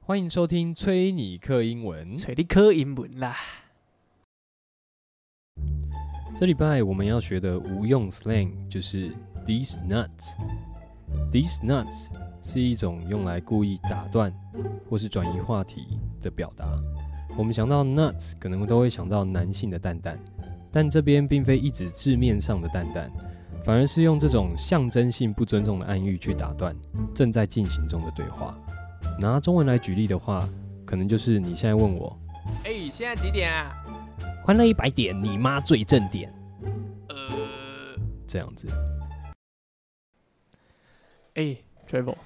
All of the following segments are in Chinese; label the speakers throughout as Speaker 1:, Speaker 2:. Speaker 1: 欢迎收听崔尼克英文。
Speaker 2: 找你考英文啦。
Speaker 1: 这礼拜我们要学的无用 slang 就是 these nuts。these nuts 是一种用来故意打断或是转移话题的表达。我们想到 nuts，可能都会想到男性的蛋蛋，但这边并非一指字面上的蛋蛋，反而是用这种象征性不尊重的暗喻去打断正在进行中的对话。拿中文来举例的话，可能就是你现在问我
Speaker 2: 哎、现在几点啊？
Speaker 1: 欢乐一百点，你妈最正点。
Speaker 2: 呃，
Speaker 1: 这样子。
Speaker 2: 哎、t r a v e l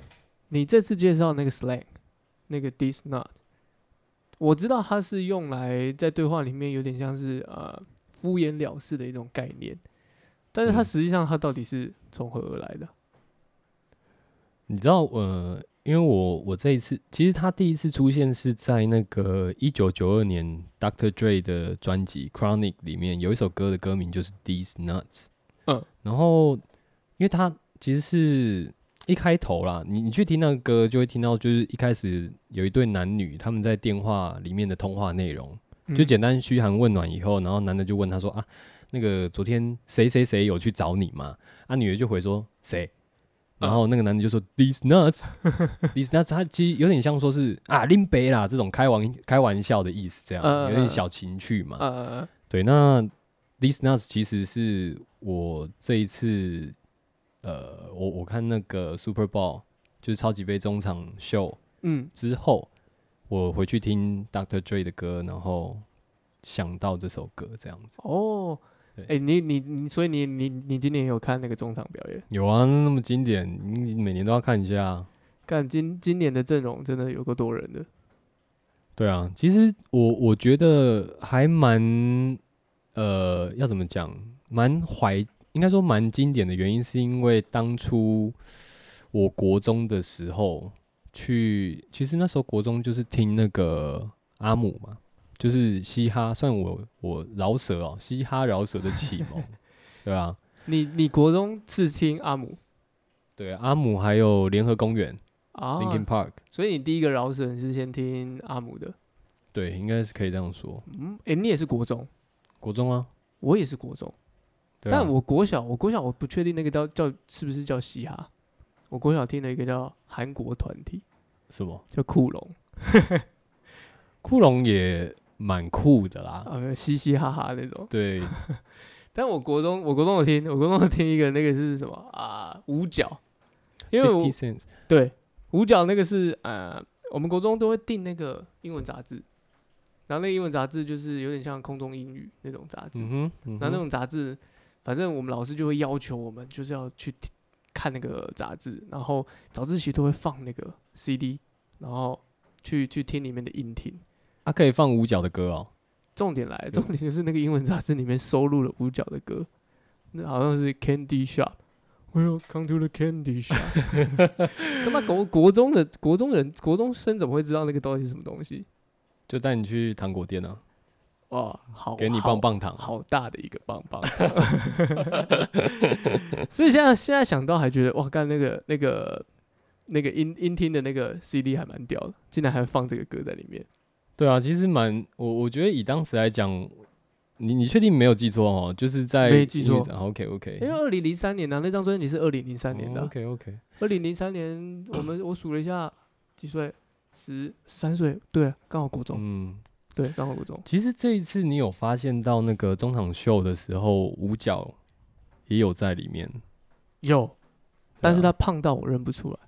Speaker 2: 你这次介绍那个 slang，那个 this not，我知道它是用来在对话里面有点像是呃敷衍了事的一种概念，但是它
Speaker 1: 嗯
Speaker 2: 实际上它到底是从何而来的？
Speaker 1: 你知道，呃，因为我我这一次，其实他第一次出现是在那个一九九二年 Dr. Dre 的专辑《Chronic》里面有一首歌的歌名就是 These Nuts。
Speaker 2: 嗯，
Speaker 1: 然后因为他其实是一开头啦，你你去听那个歌就会听到，就是一开始有一对男女他们在电话里面的通话内容，就
Speaker 2: 嗯
Speaker 1: 简单嘘寒问暖以后，然后男的就问他说啊，那个昨天谁谁谁有去找你吗？啊，女的就回说谁，然后那个男的就说 these nuts，these nuts，他其实有点像说是啊林北啦这种开玩开玩笑的意思，这样
Speaker 2: 嗯
Speaker 1: 有点小情趣嘛。
Speaker 2: 呃，
Speaker 1: 对，那 these nuts 其实是我这一次呃，我我看那个 Super Bowl 就是超级杯中场秀，
Speaker 2: 嗯，
Speaker 1: 之后，我回去听 Dr. Dre 的歌，然后想到这首歌这样子。
Speaker 2: 哦，
Speaker 1: 对
Speaker 2: 哎、你你你，所以你你你今年有看那个中场表演？
Speaker 1: 有啊，那么经典，你你每年都要看一下啊。
Speaker 2: 看今今年的阵容真的有够多人的，
Speaker 1: 对啊，其实我我觉得还蛮呃，要怎么讲，蛮怀，应该说蛮经典的原因，是因为当初我国中的时候去，其实那时候国中就是听那个阿姆嘛，就是嘻哈，算我我饶舌哦，嘻哈饶舌的启 蒙，对啊，
Speaker 2: 你你国中是听阿姆
Speaker 1: 对阿姆还有联合公园、
Speaker 2: 啊
Speaker 1: Linkin Park，
Speaker 2: 所以你第一个饶舌你是先听阿姆的，
Speaker 1: 对，应该是可以这样说，
Speaker 2: 嗯，诶、你也是国中，
Speaker 1: 国中啊，
Speaker 2: 我也是国中，
Speaker 1: 对啊
Speaker 2: 但我国小，我国小我不确定那个叫叫是不是叫嘻哈，我国小听了一个叫韩国团体
Speaker 1: 什么
Speaker 2: 叫酷龙，
Speaker 1: 酷龙也蛮酷的啦。
Speaker 2: 呃，嘻嘻哈哈那种，
Speaker 1: 对，
Speaker 2: 但我国中我国中有听，我国中有听一个那个是什么啊、五角，因为我
Speaker 1: 50 cents
Speaker 2: 对五角那个是呃，我们国中都会订那个英文杂志，然后那个英文杂志就是有点像空中英语那种杂志，
Speaker 1: 嗯哼，嗯
Speaker 2: 那那
Speaker 1: 哼
Speaker 2: 种杂志，反正我们老师就会要求我们就是要去 t- 看那个杂志，然后早自习都会放那个 CD，然后去去听里面的音听。
Speaker 1: 啊可以放五角的歌哦，
Speaker 2: 重点来了，重点就是那个英文杂志里面收录了五角的歌，那好像是 Candy Shop。Welcome to the Candy Shop。他 妈国国中的国中人国中生怎么会知道那个东西是什么东西？
Speaker 1: 就带你去糖果店啊，
Speaker 2: 哇，好，
Speaker 1: 给你
Speaker 2: 好
Speaker 1: 棒棒糖啊。
Speaker 2: 哦好大的一个棒棒，所以现在现在想到还觉得哇，干那个那个那个音音听的那个 CD 还蛮屌的，竟然还放这个歌在里面。
Speaker 1: 对啊，其实蛮我我觉得以当时来讲，你你确定没有记错哦？就是在
Speaker 2: 没记
Speaker 1: 音乐
Speaker 2: 错
Speaker 1: 展。OK OK，
Speaker 2: 因为二零零三年呢、啊，那张专辑是二零零三年的、啊，
Speaker 1: OK OK，
Speaker 2: 二零零三年我们我数了一下，几岁？十三岁，对，啊刚好国中，
Speaker 1: 嗯，
Speaker 2: 对，刚好国中。
Speaker 1: 其实这一次你有发现到那个中场秀的时候，五角也有在里面，啊
Speaker 2: 有，但是
Speaker 1: 对
Speaker 2: 他
Speaker 1: 啊
Speaker 2: 胖到我认不出来。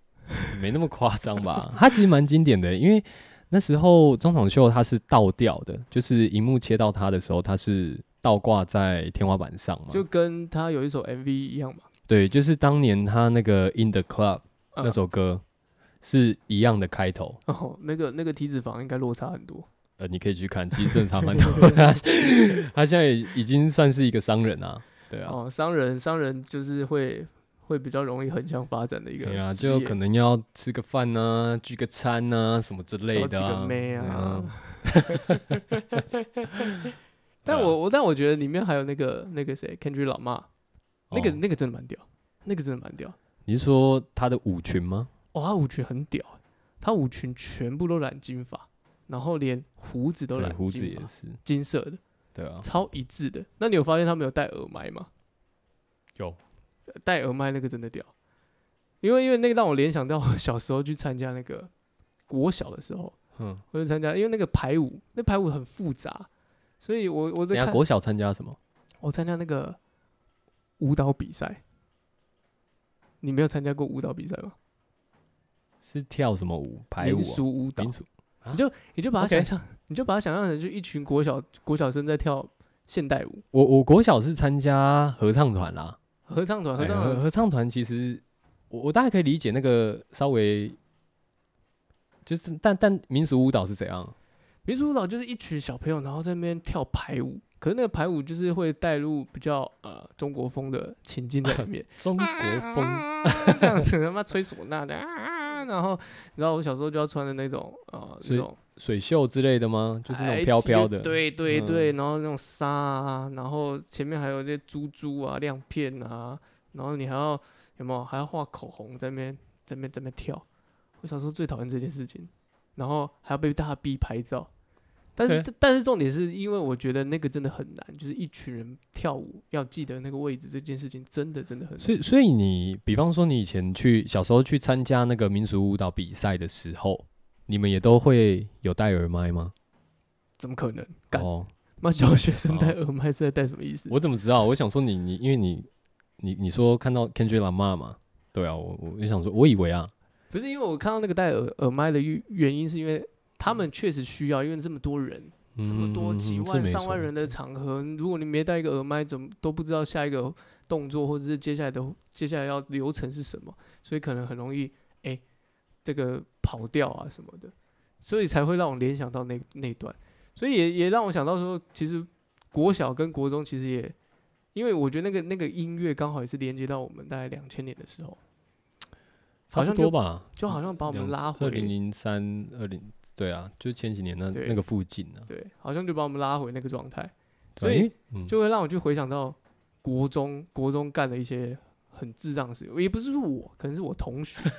Speaker 1: 没那么夸张吧？ 它其实蛮经典的，因为那时候中场秀它是倒吊的，就是荧幕切到它的时候，它是倒挂在天花板上嘛，
Speaker 2: 就跟他有一首 MV 一样嘛。
Speaker 1: 对，就是当年他那个《In the Club》
Speaker 2: 嗯
Speaker 1: 那首歌是一样的开头，
Speaker 2: 哦，那个那个体脂肪应该落差很多。
Speaker 1: 呃，你可以去看，其实正常蛮 多 他他现在也已经算是一个商人啊，对啊，
Speaker 2: 哦，商人商人就是会会比较容易横向发展的一个职
Speaker 1: 对
Speaker 2: 业，
Speaker 1: 啊，就可能要吃个饭呐、聚个餐呐、什么之类
Speaker 2: 找
Speaker 1: 的、啊
Speaker 2: 几个妹
Speaker 1: 对
Speaker 2: 啊
Speaker 1: 啊。对
Speaker 2: 但
Speaker 1: 啊
Speaker 2: 我 我但我觉得里面还有那个那个谁，Kendrick 老妈，那个、
Speaker 1: 哦
Speaker 2: 那个真的蛮屌，那个真的蛮屌。
Speaker 1: 你是说他的舞裙吗？
Speaker 2: 哦，他舞曲很屌欸，她舞裙全部都染金发，然后连胡子都
Speaker 1: 对
Speaker 2: 染
Speaker 1: 胡子
Speaker 2: 金
Speaker 1: 也
Speaker 2: 发
Speaker 1: 是，
Speaker 2: 金色的，
Speaker 1: 对啊，
Speaker 2: 超一致的。那你有发现她没有戴耳麦吗？
Speaker 1: 有
Speaker 2: 呃戴耳麦那个真的屌，因为因为那个让我联想到我小时候去参加那个国小的时候，
Speaker 1: 嗯，
Speaker 2: 我去参加，因为那个排舞，那排舞很复杂，所以我我在
Speaker 1: 等一下
Speaker 2: 看
Speaker 1: 国小参加什么？
Speaker 2: 我参加那个舞蹈比赛，你没有参加过舞蹈比赛吗？
Speaker 1: 是跳什么舞？排舞
Speaker 2: 民
Speaker 1: 啊、
Speaker 2: 俗舞蹈
Speaker 1: 民，俗
Speaker 2: 你就把它
Speaker 1: OK
Speaker 2: 想象，你就把它想象成就一群国小国小生在跳现代舞，
Speaker 1: 我我国小是参加合唱团啦，
Speaker 2: 合唱哦团，合
Speaker 1: 哎
Speaker 2: 唱
Speaker 1: 合合
Speaker 2: 团，
Speaker 1: 唱团其实我我大概可以理解那个稍微就是，但但民俗舞蹈是怎样？
Speaker 2: 民族舞蹈就是一群小朋友，然后在那边跳排舞。可是那个排舞就是会带入比较呃中国风的情境在里面，
Speaker 1: 中国 风，
Speaker 2: 这样子他妈吹唢呐的啊，然后你知道我小时候就要穿的那种呃
Speaker 1: 所
Speaker 2: 那
Speaker 1: 以
Speaker 2: 种
Speaker 1: 水袖之类的吗？就是那
Speaker 2: 哎
Speaker 1: 种飘飘的，
Speaker 2: 就对对
Speaker 1: 嗯
Speaker 2: 对，然后那种纱啊，然后前面还有那些珠珠啊、亮片啊，然后你还要有没有还要画口红在那边在那边在那边跳。我小时候最讨厌这件事情，然后还要被大家逼拍照。但是
Speaker 1: OK
Speaker 2: 但是重点是因为我觉得那个真的很难，就是一群人跳舞要记得那个位置这件事情真的真的很难。
Speaker 1: 所以，所以你比方说，你以前去小时候去参加那个民俗舞蹈比赛的时候，你们也都会有戴耳麦吗？
Speaker 2: 怎么可能？干
Speaker 1: 哦，
Speaker 2: 妈小学生戴
Speaker 1: 哦
Speaker 2: 耳麦是在戴什么意思？
Speaker 1: 我怎么知道？我想说你你，因为你你你说看到 Kendrick Lamar 嘛，对啊，我我就想说，我以为啊，
Speaker 2: 不是因为我看到那个戴耳耳麦的原原因，是因为他们确实需要，因为这么多人，
Speaker 1: 嗯
Speaker 2: 这么多几
Speaker 1: 是
Speaker 2: 万、
Speaker 1: 没
Speaker 2: 上
Speaker 1: 错
Speaker 2: 万人的场合，如果你没戴一个耳麦，怎么都不知道下一个动作或者是接下来的接下来要流程是什么，所以可能很容易哎、这个跑掉啊什么的，所以才会让我联想到那那一段，所以也也让我想到说，其实国小跟国中其实也，因为我觉得那个那个音乐刚好也是连接到我们大概两千年的时候，
Speaker 1: 差
Speaker 2: 好
Speaker 1: 不
Speaker 2: 像
Speaker 1: 多
Speaker 2: 就
Speaker 1: 吧，
Speaker 2: 就好像把我们拉
Speaker 1: 二零
Speaker 2: 回。
Speaker 1: 零三二零对啊，就前几年那
Speaker 2: 对
Speaker 1: 那个附近啊，
Speaker 2: 对，好像就把我们拉回那个状态，所
Speaker 1: 对
Speaker 2: 以
Speaker 1: 因为嗯
Speaker 2: 就会让我去回想到国中，国中干的一些很智障的事，也不是说我，可能是我同学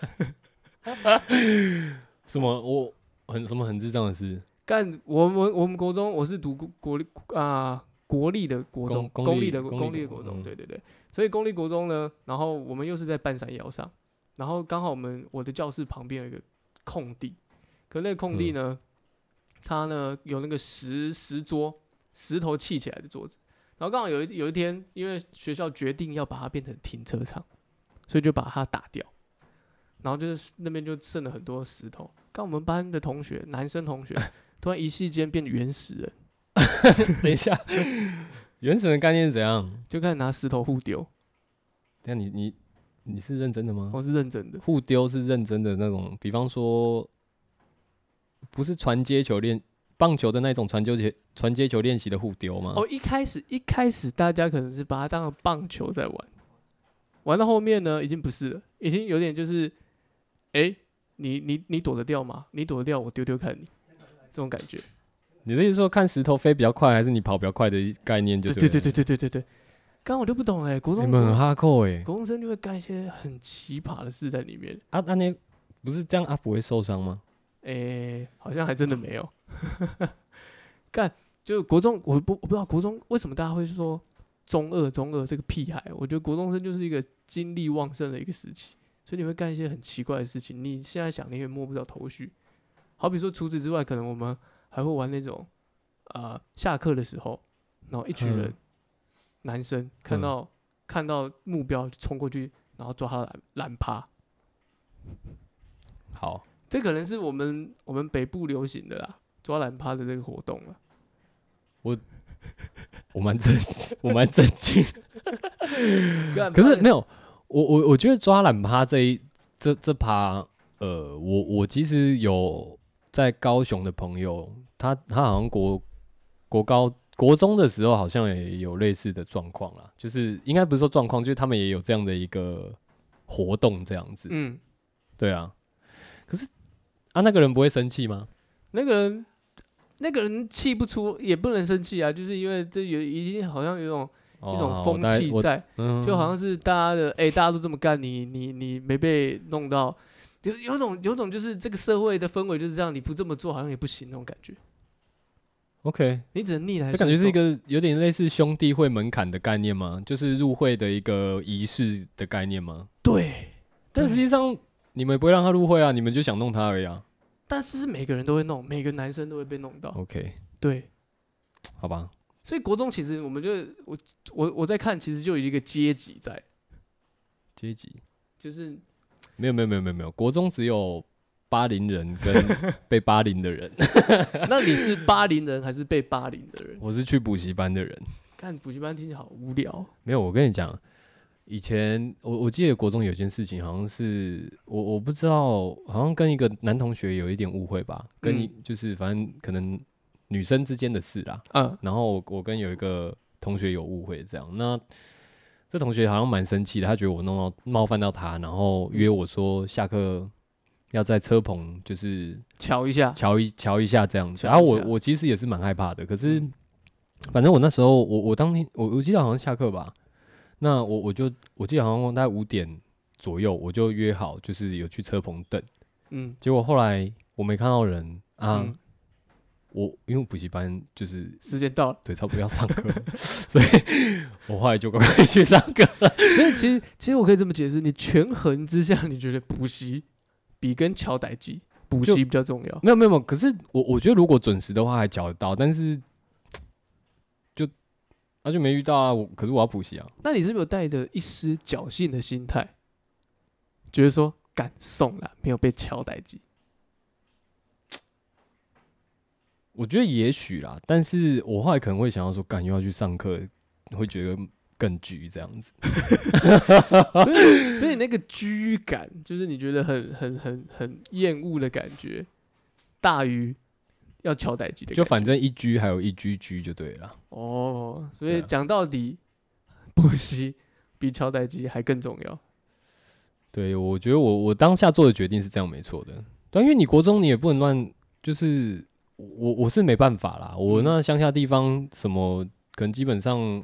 Speaker 1: 什么我很什么很智障的事，
Speaker 2: 干。我们我们国中，我是读国国立啊、国立的国中，
Speaker 1: 公公
Speaker 2: 公
Speaker 1: 立
Speaker 2: 立的
Speaker 1: 公立
Speaker 2: 公立的
Speaker 1: 国嗯
Speaker 2: 国中，对对对。所以公立国中呢，然后我们又是在半山腰上，然后刚好我们我的教室旁边有一个空地，可那个空地呢，它呢有那个石石桌，石头砌起来的桌子。然后刚好有一有一天，因为学校决定要把它变成停车场，所以就把它打掉。然后就是那边就剩了很多石头。刚我们班的同学，男生同学，突然一夕间变原始人，
Speaker 1: 等一下， 原神的概念是怎样？
Speaker 2: 就开始拿石头互丢。
Speaker 1: 等一下你你你是认真的吗？
Speaker 2: 我是认真的，
Speaker 1: 互丢是认真的那种，比方说，不是传接球练棒球的那种传接球传接球练习的互丢吗？
Speaker 2: 哦，一开始一开始大家可能是把它当成棒球在玩，玩到后面呢，已经不是了，已经有点就是，哎、你你你躲得掉吗？你躲得掉，我丢丢看你，这种感觉。
Speaker 1: 你的意思说看石头飞比较快，还是你跑比较快的概念就对
Speaker 2: 对对对
Speaker 1: 对
Speaker 2: 对对对对对，刚刚我就不懂哎、国
Speaker 1: 你
Speaker 2: 中
Speaker 1: 们很
Speaker 2: 国
Speaker 1: 哈扣哎，
Speaker 2: 国中生就会干一些很奇葩的事在里面，
Speaker 1: 啊啊那不是这样啊不会受伤吗？
Speaker 2: 哎、好像还真的没有。 干，就国中，我不我不知道国中为什么大家会说中二中二这个屁孩，我觉得国中生就是一个精力旺盛的一个时期，所以你会干一些很奇怪的事情，你现在想你也摸不着头绪。好比说，除此之外，可能我们还会玩那种，呃，下课的时候，然后一群人，
Speaker 1: 嗯
Speaker 2: 男生看
Speaker 1: 嗯
Speaker 2: 到、看到目标就冲过去，然后抓他懒懒趴，
Speaker 1: 好，
Speaker 2: 这可能是我们我们北部流行的啦，抓懒趴的这个活 动了。
Speaker 1: 我蛮震我蛮震 惊，可是没有我我我觉得抓懒趴这一这这趴，呃，我我其实有在高雄的朋友，他他好像国国高国中的时候好像也有类似的状况啦，就是应该不是说状况，就是他们也有这样的一个活动这样子，
Speaker 2: 嗯，
Speaker 1: 对啊。可是啊，那个人不会生气吗？
Speaker 2: 那个人那个人气不出，也不能生气啊，就是因为这有已经好像有一种、
Speaker 1: 哦好
Speaker 2: 一种风
Speaker 1: 我大概
Speaker 2: 气
Speaker 1: 我
Speaker 2: 在，
Speaker 1: 嗯
Speaker 2: 就好像是大家的哎、大家都这么干，你你你没被弄到，有有种有种就是这个社会的氛围就是这样，你不这么做好像也不行那种感觉，
Speaker 1: OK，
Speaker 2: 你只能逆来
Speaker 1: 这
Speaker 2: 顺受。
Speaker 1: 感觉是一个有点类似兄弟会门槛的概念吗？就是入会的一个仪式的概念吗？
Speaker 2: 对，
Speaker 1: 但
Speaker 2: 对
Speaker 1: 实际上你们也不会让他入会啊，你们就想弄他而已啊。
Speaker 2: 但是是每个人都会弄，每个男生都会被弄到。
Speaker 1: OK，
Speaker 2: 对，
Speaker 1: 好吧，
Speaker 2: 所以国中其实我们就我我我在看，其实就有一个阶级在，
Speaker 1: 阶级
Speaker 2: 就是
Speaker 1: 没有没有没有没有没有，国中只有八零人跟被八零的人，
Speaker 2: 那你是霸凌人还是被霸凌的人？
Speaker 1: 我是去补习班的人。
Speaker 2: 看补习班听起来好无聊，
Speaker 1: 没有，我跟你讲，以前我我记得国中有件事情，好像是我我不知道，好像跟一个男同学有一点误会吧，跟一、就是反正可能女生之间的事啦。
Speaker 2: 嗯
Speaker 1: 然后我我跟有一个同学有误会，这样那。这同学好像蛮生气的，他觉得我弄到冒犯到他，然后约我说下课要在车棚就是
Speaker 2: 瞧一下，
Speaker 1: 瞧一瞧一下这样子。
Speaker 2: 瞧一
Speaker 1: 然后、我
Speaker 2: 下嗯
Speaker 1: 我其实也是蛮害怕的，可是反正我那时候我我当天我我记得好像下课吧，那我我就我记得好像大概五点左右我就约好，就是有去车棚等。
Speaker 2: 嗯
Speaker 1: 结果后来我没看到人啊，
Speaker 2: 嗯，
Speaker 1: 我因为我补习班就是
Speaker 2: 时间到了。
Speaker 1: 对差不多要上课， 所以我后来就赶快去上课。
Speaker 2: 所以其实其实我可以这么解释，你权衡之下，你觉得补习比跟乔逮鸡补
Speaker 1: 就
Speaker 2: 习比较重要？
Speaker 1: 没有没有没有，可是我我觉得如果准时的话还找得到，但是就那、就没遇到啊。我可是我要补习啊。
Speaker 2: 那你是不是有带着一丝侥幸的心态，觉得说敢送了，没有被乔逮鸡？
Speaker 1: 我觉得也许啦，但是我后来可能会想要说，干又要去上课，会觉得更拘这样子。
Speaker 2: 所以那个居感，就是你觉得很很很很厌恶的感觉，大于要乔逮鸡的感觉。
Speaker 1: 就反正一居还有一居居就对了。
Speaker 2: 哦，所
Speaker 1: 对
Speaker 2: 以
Speaker 1: 啊
Speaker 2: 讲到底，补习比乔代机还更重要。
Speaker 1: 对，我觉得我我当下做的决定是这样没错的。对啊，因为你国中你也不能乱，就是我我是没办法啦。我
Speaker 2: 嗯
Speaker 1: 那乡下地方什么，可能基本上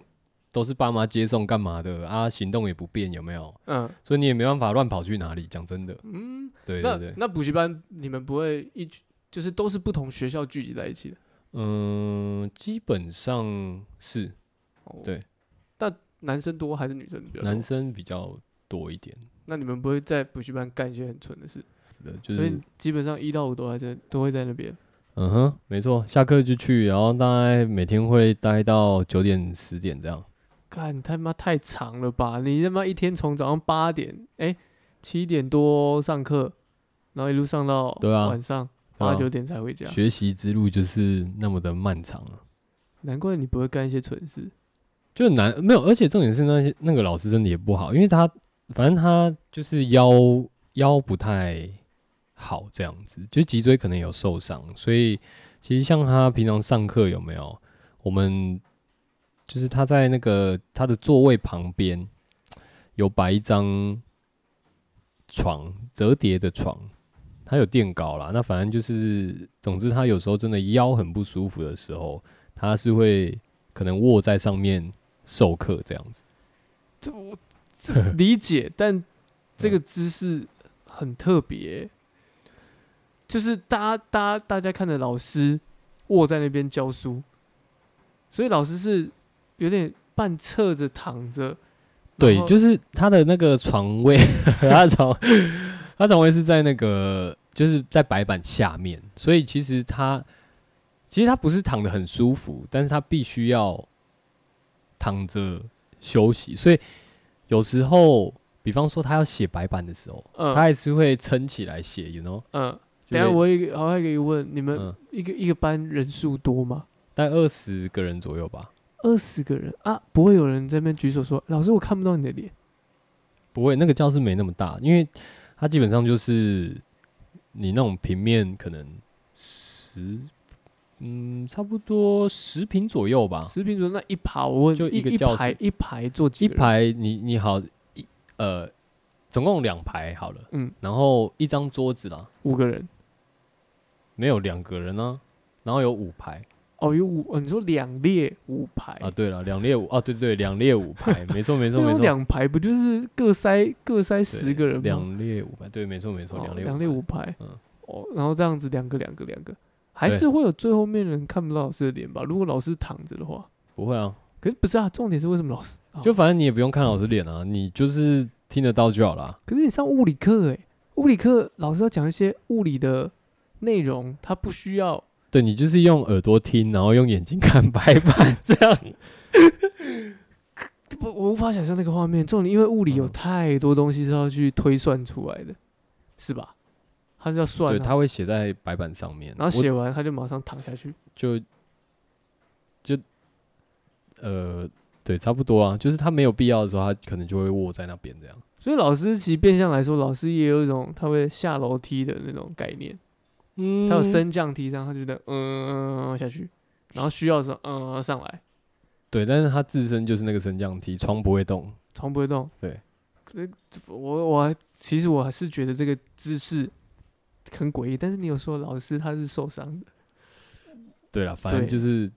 Speaker 1: 都是爸妈接送干嘛的啊，行动也不便，有没有？
Speaker 2: 嗯
Speaker 1: 所以你也没办法乱跑去哪里。讲真的，
Speaker 2: 嗯，
Speaker 1: 对对
Speaker 2: 那
Speaker 1: 对，
Speaker 2: 那补习班你们不会一起就是都是不同学校聚集在一起的？
Speaker 1: 嗯，基本上是
Speaker 2: 哦
Speaker 1: 对。
Speaker 2: 那男生多还是女生比较多？
Speaker 1: 男生比较多一点。
Speaker 2: 那你们不会在补习班干一些很蠢的事？
Speaker 1: 是的，就
Speaker 2: 所
Speaker 1: 是
Speaker 2: 以基本上一到五都还在都会在那边。
Speaker 1: 嗯哼，没错，下课就去，然后大概每天会待到九点十点这样。
Speaker 2: 干他妈太长了吧！你他妈一天从早上八点哎七、点多上课，然后一路上到
Speaker 1: 对啊
Speaker 2: 晚上
Speaker 1: 对啊
Speaker 2: 八九点才回家。
Speaker 1: 学习之路就是那么的漫长啊，
Speaker 2: 难怪你不会干一些蠢 事。
Speaker 1: 就很难没有，而且重点是那些那个老师真的也不好，因为他反正他就是腰腰不太好这样子，就脊椎可能有受伤，所以其实像他平常上课有没有，我们就是他在那个他的座位旁边有摆一张床折叠的床，他有垫高啦，那反正就是总之他有时候真的腰很不舒服的时候，他是会可能卧在上面授课这样子。
Speaker 2: 这我这理解，但这
Speaker 1: 嗯
Speaker 2: 个姿势很特别，就是大家大家大家看着老师卧在那边教书，所以老师是有点半侧着躺着。
Speaker 1: 对
Speaker 2: 然，后
Speaker 1: 就是他的那个床位， 他的床他床位是在那个就是在白板下面，所以其实他其实他不是躺得很舒服，但是他必须要躺着休息，所以有时候，比方说他要写白板的时候，他
Speaker 2: 嗯
Speaker 1: 还是会撑起来写，you know
Speaker 2: 嗯，
Speaker 1: 就会。
Speaker 2: 等一下我有一个好像有一个疑问，你们
Speaker 1: 嗯，
Speaker 2: 一个、一个班人数多吗？
Speaker 1: 大概二十个人左右吧，
Speaker 2: 二十个人啊，不会有人在那边举手说老师我看不到你的脸。
Speaker 1: 不会，那个教室没那么大，因为它基本上就是你那种平面可能十，嗯，差不多十平左右吧。
Speaker 2: 食品组那一排，我问
Speaker 1: 啊就
Speaker 2: 一
Speaker 1: 一个
Speaker 2: 一
Speaker 1: 教室
Speaker 2: 排一排坐几
Speaker 1: 一
Speaker 2: 个人
Speaker 1: 排你你好一呃，总共两排好了，
Speaker 2: 嗯，
Speaker 1: 然后一张桌子啦，
Speaker 2: 五个人。
Speaker 1: 没有两个人啊，然后有五排，
Speaker 2: 哦，有五，哦、你说两列五排
Speaker 1: 啊，对了，两列五啊，对对对，两列五排，没错没错
Speaker 2: 那
Speaker 1: 没
Speaker 2: 种
Speaker 1: 错，
Speaker 2: 两排不就是各塞各塞
Speaker 1: 对
Speaker 2: 十个人吗？
Speaker 1: 两列五排，对，没错没错，
Speaker 2: 哦
Speaker 1: 两列
Speaker 2: 两
Speaker 1: 列
Speaker 2: 列五排，
Speaker 1: 嗯
Speaker 2: 哦，然后这样子两个两个两个，还
Speaker 1: 对
Speaker 2: 是会有最后面人看不到老师的脸吧？如果老师躺着的话，
Speaker 1: 不会啊，
Speaker 2: 可是不是啊？重点是为什么老师？哦
Speaker 1: 就反正你也不用看老师脸啊，你就是听得到就好啦。
Speaker 2: 可是你上物理课诶、欸物理课老师要讲一些物理的内容，他不需要
Speaker 1: 对你就是用耳朵听，然后用眼睛看白板这 样。
Speaker 2: 不，我无法想象那个画面。重点，因为物理有
Speaker 1: 嗯
Speaker 2: 太多东西是要去推算出来的，是吧？他是要算、
Speaker 1: 对，
Speaker 2: 啊，
Speaker 1: 他会写在白板上面，
Speaker 2: 然后
Speaker 1: 我
Speaker 2: 写完他就马上躺下去。
Speaker 1: 就就呃，对，差不多啊，就是他没有必要的时候，他可能就会卧在那边这样。
Speaker 2: 所以老师其实变相来说，老师也有一种他会下楼梯的那种概念，
Speaker 1: 嗯
Speaker 2: 他有升降梯，然后他就得嗯下去，然后需要的时候嗯上来，
Speaker 1: 对，但是他自身就是那个升降梯，窗不会动。
Speaker 2: 床不会动。
Speaker 1: 对
Speaker 2: 可是，这我我还其实我还是觉得这个姿势很诡异，但是你有说老师他是受伤的，
Speaker 1: 对了，反正
Speaker 2: 对
Speaker 1: 就是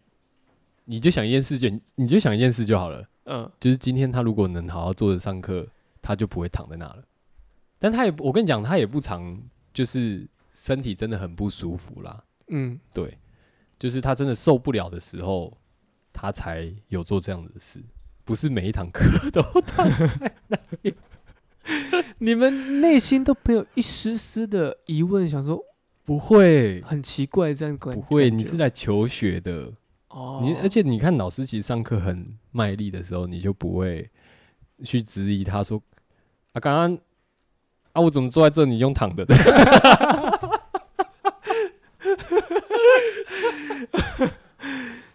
Speaker 1: 你就想一件事情，你就想一件事就好了。
Speaker 2: 嗯，
Speaker 1: 就是今天他如果能好好坐着上课，他就不会躺在那了。但他也，我跟你讲，他也不常就是身体真的很不舒服啦。
Speaker 2: 嗯，
Speaker 1: 对，就是他真的受不了的时候，他才有做这样的事，不是每一堂课都躺在。
Speaker 2: 你们内心都没有一丝丝的疑问，想说
Speaker 1: 不会，
Speaker 2: 很奇怪这样 感
Speaker 1: 不会，
Speaker 2: 感
Speaker 1: 你
Speaker 2: 觉
Speaker 1: 是来求学的。
Speaker 2: 哦，
Speaker 1: 你呃而且你看，老师其实上课很卖力的时候，你就不会去质疑他说：“啊，刚刚啊，我怎么坐在这？你用躺着的。”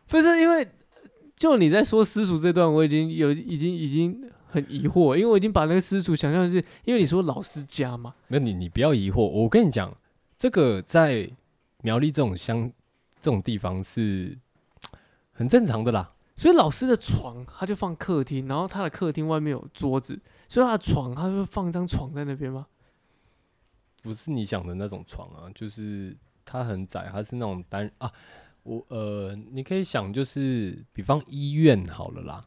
Speaker 2: 不是因为就你在说私塾这段，我已经有已经已经很疑惑，因为我已经把那个私塾想象是，因为你说老师家嘛，
Speaker 1: 那你你不要疑惑，我跟你讲，这个在苗栗这种乡这种地方是很正常的啦。
Speaker 2: 所以老师的床他就放客厅，然后他的客厅外面有桌子，所以他的床他会放一张床在那边吗？
Speaker 1: 不是你想的那种床啊，就是它很窄，它是那种单啊。我呃，你可以想就是，比方医院好了啦，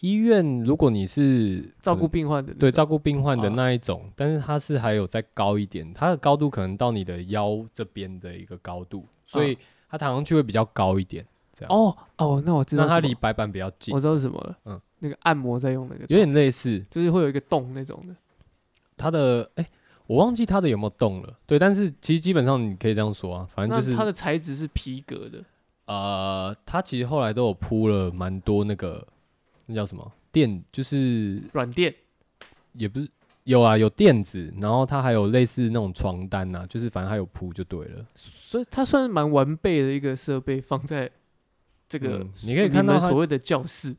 Speaker 1: 医院如果你是
Speaker 2: 照
Speaker 1: 可
Speaker 2: 顾
Speaker 1: 能
Speaker 2: 病患的那
Speaker 1: 对
Speaker 2: 种
Speaker 1: 照顾病患的
Speaker 2: 啊
Speaker 1: 那一种，但是它是还有再高一点，它的高度可能到你的腰这边的一个高度，所以它躺上去会比较高一点，
Speaker 2: 哦哦，那我啊知道
Speaker 1: 那
Speaker 2: 什
Speaker 1: 它
Speaker 2: 么
Speaker 1: 离白板比较近
Speaker 2: 我，知道是什么了，
Speaker 1: 嗯
Speaker 2: 嗯，那个按摩在用那个
Speaker 1: 有
Speaker 2: 床，
Speaker 1: 点类似。
Speaker 2: 就是会有一个洞那种的，
Speaker 1: 它的哎、我忘记它的有没有动了，对，但是其实基本上你可以这样说啊，反正就是
Speaker 2: 那它的材质是皮革的，
Speaker 1: 呃，他其实后来都有铺了蛮多那个那叫什么垫，就是
Speaker 2: 软垫。
Speaker 1: 也不是有啊，有垫子，然后他还有类似那种床单呐、就是反正他有铺就对了。
Speaker 2: 所以它算是蛮完备的一个设备，放在这个、
Speaker 1: 嗯你可以看到
Speaker 2: 们
Speaker 1: 它
Speaker 2: 所谓的教室，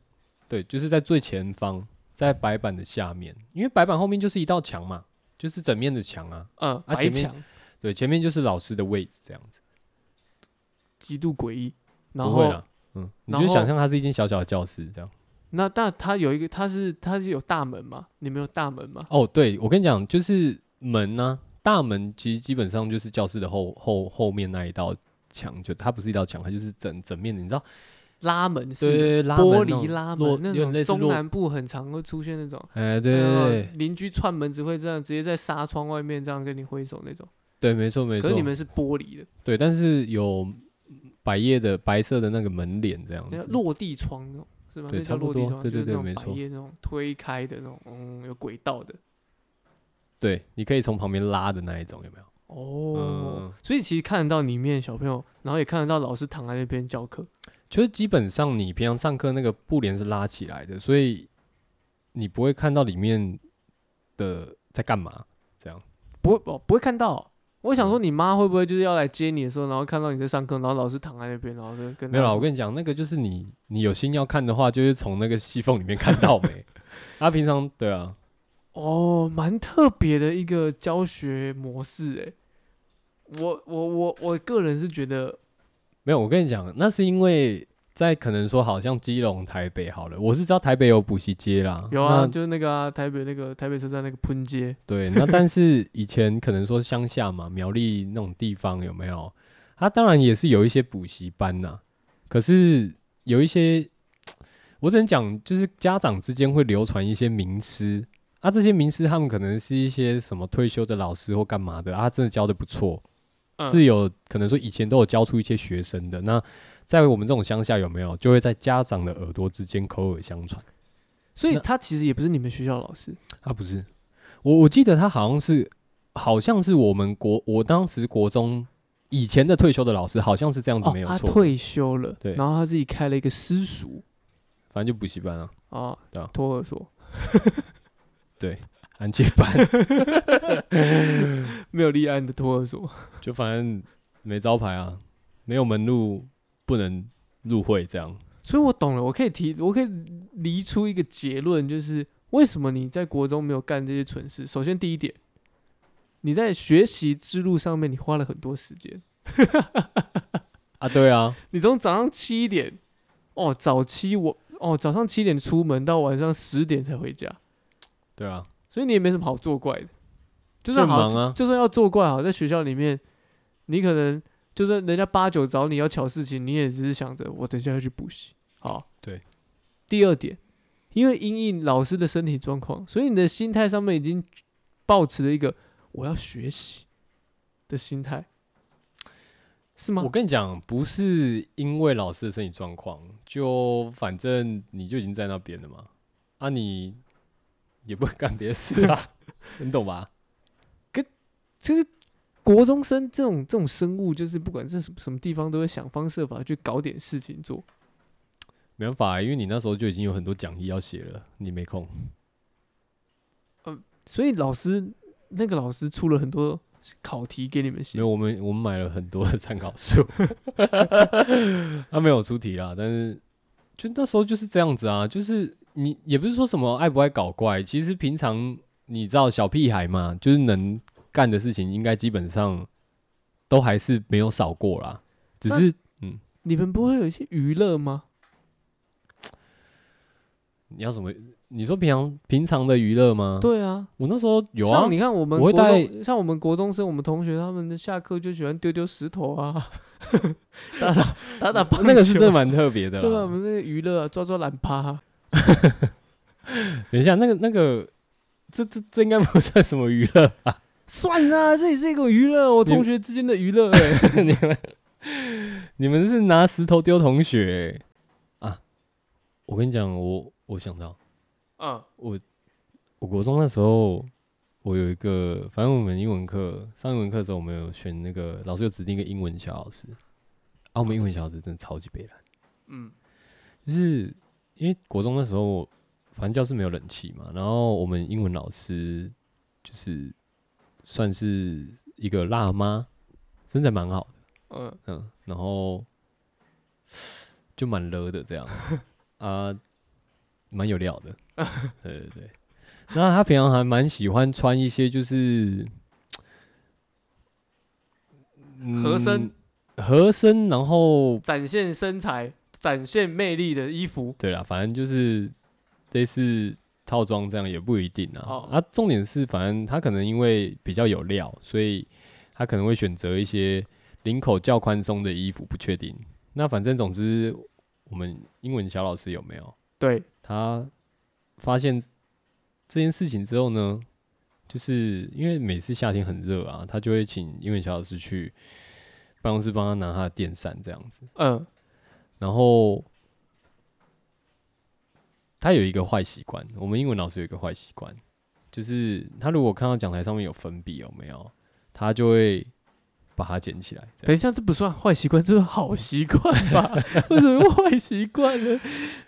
Speaker 1: 对，就是在最前方，在白板的下面，因为白板后面就是一道墙嘛，就是整面的墙啊。
Speaker 2: 嗯，
Speaker 1: 啊
Speaker 2: 白
Speaker 1: 前面
Speaker 2: 墙，
Speaker 1: 对，前面就是老师的位置这样子。
Speaker 2: 极度诡异。然
Speaker 1: 不会
Speaker 2: 后
Speaker 1: 啦，嗯，你
Speaker 2: 然
Speaker 1: 就想
Speaker 2: 后
Speaker 1: 象它是一间小小的教室这样。
Speaker 2: 那那它有一个，它是它是有大门吗？你们有大门吗？
Speaker 1: 哦，对，我跟你讲，就是门呢、大门其实基本上就是教室的后后后面那一道墙，就它不是一道墙，它就是整整面的，你知道，
Speaker 2: 拉门
Speaker 1: 对
Speaker 2: 是
Speaker 1: 对拉门
Speaker 2: 玻
Speaker 1: 那种
Speaker 2: 璃拉
Speaker 1: 落
Speaker 2: 门，那
Speaker 1: 有点类
Speaker 2: 种
Speaker 1: 似
Speaker 2: 中
Speaker 1: 落
Speaker 2: 南部很常会出现那种，
Speaker 1: 哎，对对
Speaker 2: 呃
Speaker 1: 对
Speaker 2: 邻居串门只会这样直接在纱窗外面这样跟你挥手那种。
Speaker 1: 对，没错没
Speaker 2: 可
Speaker 1: 错
Speaker 2: 是，你们是玻璃的，
Speaker 1: 对，但是有百叶的白色的那个门帘这样
Speaker 2: 那
Speaker 1: 子，
Speaker 2: 落地窗那种是吗？
Speaker 1: 对
Speaker 2: 那
Speaker 1: 差
Speaker 2: 叫
Speaker 1: 不
Speaker 2: 落地
Speaker 1: 多
Speaker 2: 窗，
Speaker 1: 对
Speaker 2: 就
Speaker 1: 对
Speaker 2: 是那
Speaker 1: 对
Speaker 2: 种
Speaker 1: 没
Speaker 2: 百
Speaker 1: 错
Speaker 2: 叶那种推开的那种，嗯，有轨道的。
Speaker 1: 对，你可以从旁边拉的那一种，有没有？
Speaker 2: 哦，
Speaker 1: 嗯
Speaker 2: 所以其实看得到里面小朋友，然后也看得到老师躺在那边教课。
Speaker 1: 就是基本上你平常上课那个布帘是拉起来的，所以你不会看到里面的在干嘛，这样。
Speaker 2: 不会哦，不会看到。
Speaker 1: 嗯
Speaker 2: 我想说，你妈会不会就是要来接你的时候，然后看到你在上课，然后老师躺在那边，然后就跟
Speaker 1: 没有啦，我
Speaker 2: 跟
Speaker 1: 跟你讲，那个就是你，你有心要看的话，就是从那个细缝里面看到 没。他、平常对啊，
Speaker 2: 哦，蛮特别的一个教学模式诶。我我我我个人是觉得，
Speaker 1: 没有。我跟你讲，那是因为在可能说，好像基隆、台北好了，我是知道台北有补习街啦，
Speaker 2: 有啊，
Speaker 1: 那
Speaker 2: 就是那个、啊、台北那个台北车站那个喷街，
Speaker 1: 对，那但是以前可能说乡下嘛，苗栗那种地方有没有？它当然也是有一些补习班呐、可是有一些，我只能讲，就是家长之间会流传一些名师啊，这些名师他们可能是一些什么退休的老师或干嘛的啊，他真的教的不错，
Speaker 2: 嗯
Speaker 1: 是有可能说以前都有教出一些学生的。那在我们这种乡下有没有，就会在家长的耳朵之间口耳相传
Speaker 2: 所以
Speaker 1: 那
Speaker 2: 他其实也不是你们学校老师，
Speaker 1: 啊？不是，我我记得他好像是，好像是我们国我当时国中以前的退休的老师，好像是这样子
Speaker 2: 哦
Speaker 1: 没有，
Speaker 2: 他
Speaker 1: 错，
Speaker 2: 退休了，
Speaker 1: 对
Speaker 2: 然后他自己开了一个私塾
Speaker 1: 反正就补习班啊，
Speaker 2: 啊
Speaker 1: 对啊，
Speaker 2: 托儿所，
Speaker 1: 安静班。
Speaker 2: 没有立案的托儿所，
Speaker 1: 就反正没招牌啊，没有门路，不能入会这样。
Speaker 2: 所以我懂了，我可以提，我可以离出一个结论，就是为什么你在国中没有干这些蠢事？首先第一点，你在学习之路上面你花了很多时间，
Speaker 1: 啊，对啊，
Speaker 2: 你从早上七点，哦，早七我哦早上七点出门到晚上十点才回家，
Speaker 1: 对啊，
Speaker 2: 所以你也没什么好作怪的。就
Speaker 1: 就
Speaker 2: 算
Speaker 1: 很
Speaker 2: 好，
Speaker 1: 忙啊，
Speaker 2: 就算要作怪好，在学校里面，你可能就算人家八九找你要巧事情，你也只是想着我等一下要去补习。好，
Speaker 1: 对。
Speaker 2: 第二点，因为因应老师的身体状况，所以你的心态上面已经保持了一个我要学习的心态，是吗
Speaker 1: 我？跟你讲，不是因为老师的身体状况，就反正你就已经在那边了嘛，啊，你也不会干别的事 啊，你懂吧？
Speaker 2: 这个国中生这种这种生物，就是不管是什么什么地方，都会想方设法去搞点事情做。
Speaker 1: 没办法啊、因为你那时候就已经有很多讲义要写了，你没空。
Speaker 2: 所以老师那个老师出了很多考题给你们
Speaker 1: 没
Speaker 2: 写
Speaker 1: 有，，我们我们买了很多的参考书， 他、没有出题啦，但是就那时候就是这样子啊，就是你也不是说什么爱不爱搞怪，其实平常你知道小屁孩嘛，就是能干的事情，应该基本上都还是没有少过啦，只
Speaker 2: 那
Speaker 1: 是
Speaker 2: 你们不会有一些娱乐吗？
Speaker 1: 你要什么？你说平常平常的娱乐吗？，
Speaker 2: 对啊，
Speaker 1: 我那时候嗯有啊
Speaker 2: 像，你看我们
Speaker 1: 我会
Speaker 2: 国
Speaker 1: 带
Speaker 2: 中，像我们国中生，我们同学他们的下课就喜欢丢丢石头 啊， 打打打打棒球，啊
Speaker 1: 那个是真的蛮特别的
Speaker 2: 对吧？我
Speaker 1: 啦。
Speaker 2: 们那个娱乐啊，抓抓懒趴、啊，
Speaker 1: 等一下，那个那个，这这这应该不算什么娱乐 吧？
Speaker 2: 算啦、这也是一个娱乐，我
Speaker 1: 你们
Speaker 2: 同学之间的娱乐、欸。
Speaker 1: 你们你们是拿石头丢同学欸、啊？我跟你讲，我我想到，
Speaker 2: 嗯，
Speaker 1: 我国中那时候，我有一个，反正我们英文课上英文课的时候，我们有选那个老师有指定一个英文小老师，啊，我们英文小老师真的超级悲惨，
Speaker 2: 嗯，
Speaker 1: 就是因为国中那时候，反正教室没有冷气嘛，然后我们英文老师就是算是一个辣妈，身材蛮好的。
Speaker 2: 嗯，
Speaker 1: 嗯，然后就蛮勒的 这样啊，蛮有料的，对对对。那他平常还蛮喜欢穿一些就是
Speaker 2: 合身、
Speaker 1: 嗯合身，然后
Speaker 2: 展现身材、展现魅力的衣服，
Speaker 1: 对啦，反正就是类似套装这样也不一定啊。
Speaker 2: 哦
Speaker 1: 啊，重点是，反正他可能因为比较有料，所以他可能会选择一些领口较宽松的衣服，不确定。那反正总之，我们英文小老师有没有
Speaker 2: 对，
Speaker 1: 他发现这件事情之后呢？就是因为每次夏天很热啊，他就会请英文小老师去办公室帮他拿他的电扇这样子。
Speaker 2: 嗯，
Speaker 1: 然后他有一个坏习惯，我们英文老师有一个坏习惯，就是他如果看到讲台上面有粉笔有没有，他就会把它捡起来。这样
Speaker 2: 等一下，这不算坏习惯，这是好习惯吧？ 为什么用坏习惯呢？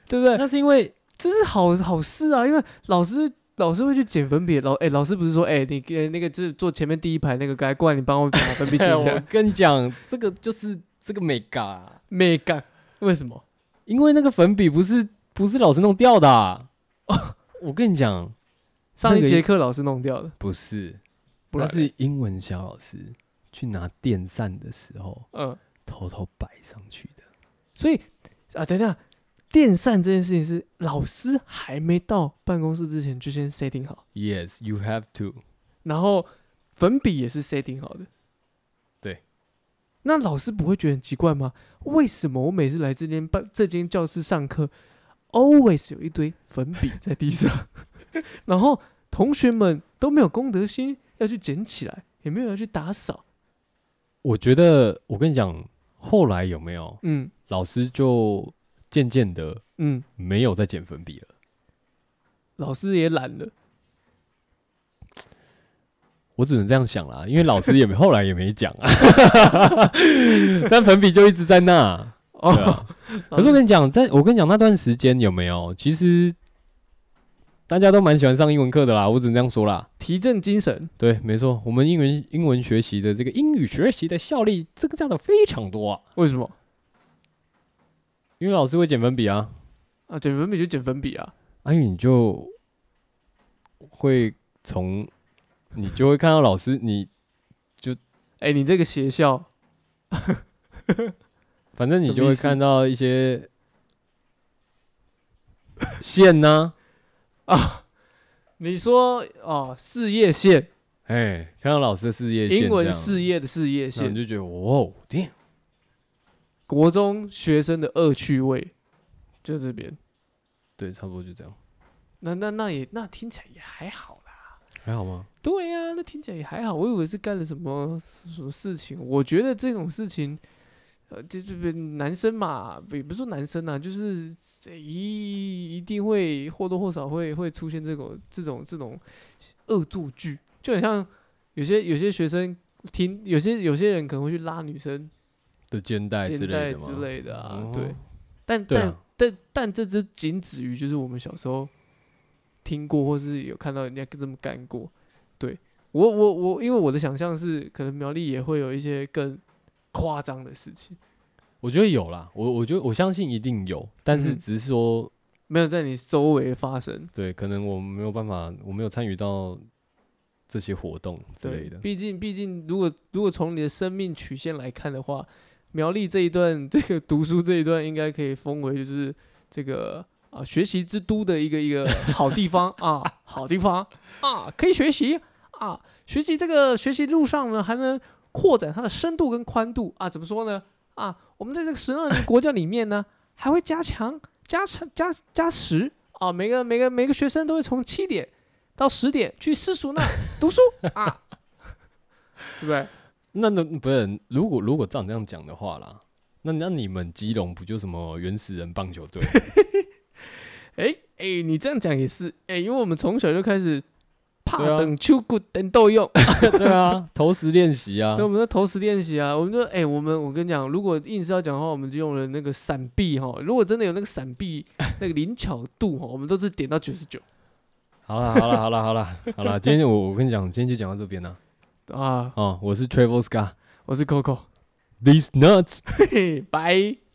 Speaker 2: 对不对？
Speaker 1: 那是因为
Speaker 2: 这是好好事啊，因为老师老师会去捡粉笔，老哎、老师不是说哎、你你那个就是坐前面第一排那个该过来，你帮我把粉笔捡起
Speaker 1: 我
Speaker 2: 来。
Speaker 1: 跟你讲，这个就是这个美嘎、
Speaker 2: 没干，为什么？
Speaker 1: 因为那个粉笔不是不是老师弄掉的啊、 我跟你讲，
Speaker 2: 上
Speaker 1: 那
Speaker 2: 一
Speaker 1: 个
Speaker 2: 节课老师弄掉的，
Speaker 1: 不是，
Speaker 2: 不
Speaker 1: 他
Speaker 2: 然
Speaker 1: 是英文小老师去拿电扇的时候
Speaker 2: 嗯，
Speaker 1: 偷偷摆上去的。
Speaker 2: 所以啊，等一下，电扇这件事情是老师还没到办公室之前就先 setting 好，
Speaker 1: Yes, you have to.
Speaker 2: 然后粉笔也是 setting 好的。
Speaker 1: 对。
Speaker 2: 那老师不会觉得很奇怪吗？为什么我每次来这间班这间教室上课，always 有一堆粉笔在地上， 然后同学们都没有公德心要去捡起来，也没有要去打扫。
Speaker 1: 我觉得我跟你讲，后来有没有
Speaker 2: 嗯
Speaker 1: 老师就渐渐的
Speaker 2: 嗯，
Speaker 1: 没有再捡粉笔了。
Speaker 2: 老师也懒了。
Speaker 1: 我只能这样想啦，因为老师也没 后来也没讲啊，但粉笔就一直在那。
Speaker 2: 哦
Speaker 1: 对啊，可是我跟你讲，在我跟你讲那段时间有没有，其实大家都蛮喜欢上英文课的啦，我只能这样说啦。
Speaker 2: 提振精神，
Speaker 1: 对，没错，我们英文英文学习的这个英语学习的效率增加的非常多啊，
Speaker 2: 为什么
Speaker 1: 因为老师会捡粉笔啊，
Speaker 2: 啊？捡粉笔就捡粉笔啊。
Speaker 1: 阿宇你就会从你就会看到老师，你
Speaker 2: 哎、你这个邪校，
Speaker 1: 反正你
Speaker 2: 什么
Speaker 1: 就会
Speaker 2: 意思
Speaker 1: 看到一些线呐、
Speaker 2: 你说哦，事业线，
Speaker 1: 哎，看到老师的事业线这样，
Speaker 2: 英文事业的事业
Speaker 1: 然后你
Speaker 2: 线，
Speaker 1: 就觉得哇哦天，
Speaker 2: 国中学生的恶趣味，就这边。
Speaker 1: 对，差不多就这样，
Speaker 2: 那那那也那听起来也还好啦。
Speaker 1: 还好吗？
Speaker 2: 对啊，那听起来也还好。我以为是干了什么什么事情。我觉得这种事情，呃，这这边男生嘛，也不是说男生啊，就是这一一定会或多或少会会出现这种这种这种恶作剧，就很像有些有些学生听，有些有些人可能会去拉女生
Speaker 1: 的肩带之
Speaker 2: 肩
Speaker 1: 类
Speaker 2: 带
Speaker 1: 的吗？
Speaker 2: 哎之类的啊，
Speaker 1: 哦
Speaker 2: 对。但
Speaker 1: 对
Speaker 2: 但
Speaker 1: 啊，
Speaker 2: 但但这只仅止于就是我们小时候听过，或是有看到人家这么干过。对我我我，因为我的想象是，可能苗栗也会有一些更夸张的事情，
Speaker 1: 我觉得有啦，我我觉得我相信一定有，但是
Speaker 2: 嗯
Speaker 1: 只是说，
Speaker 2: 没有在你周围发生。
Speaker 1: 对，可能我没有办法，我没有参与到这些活动之类
Speaker 2: 对
Speaker 1: 的，。
Speaker 2: 毕竟毕竟，如果如果从你的生命曲线来看的话，苗栗这一段 这个读书这一段，应该可以封为就是这个啊学习之都的一个一 个好地方啊，好地方啊，可以学习啊，学习这个学习路上呢，还能扩展它的深度跟宽度啊，怎么说呢？啊，我们在这个十二年国教里面呢，还会加强加强加加时啊，每个每个每个学生都会从七点。到十点去私塾那读书啊，对不对？
Speaker 1: 那那不是，如果如果照你这样讲的话啦，那那你们基隆不就什么原始人棒球队？
Speaker 2: 哎哎，你这样讲也是哎，因为我们从小就开始怕
Speaker 1: 对啊
Speaker 2: 等秋谷等斗用，
Speaker 1: 对啊， 投石练习啊
Speaker 2: 对，， 我们在投石练习啊，我们就哎，我们我跟你讲，如果硬是要讲的话，我们就用了那个闪避哈，如果真的有那个闪避 那个灵巧度哈，我们都是点到九十九
Speaker 1: 好啦，好啦，好啦，好啦，好啦，今天我我跟你讲，今天就讲到这边啦、
Speaker 2: 啊。
Speaker 1: 哦，我是 Travel Scar。
Speaker 2: 我是 Coco，
Speaker 1: These nuts.
Speaker 2: 嘿嘿，拜。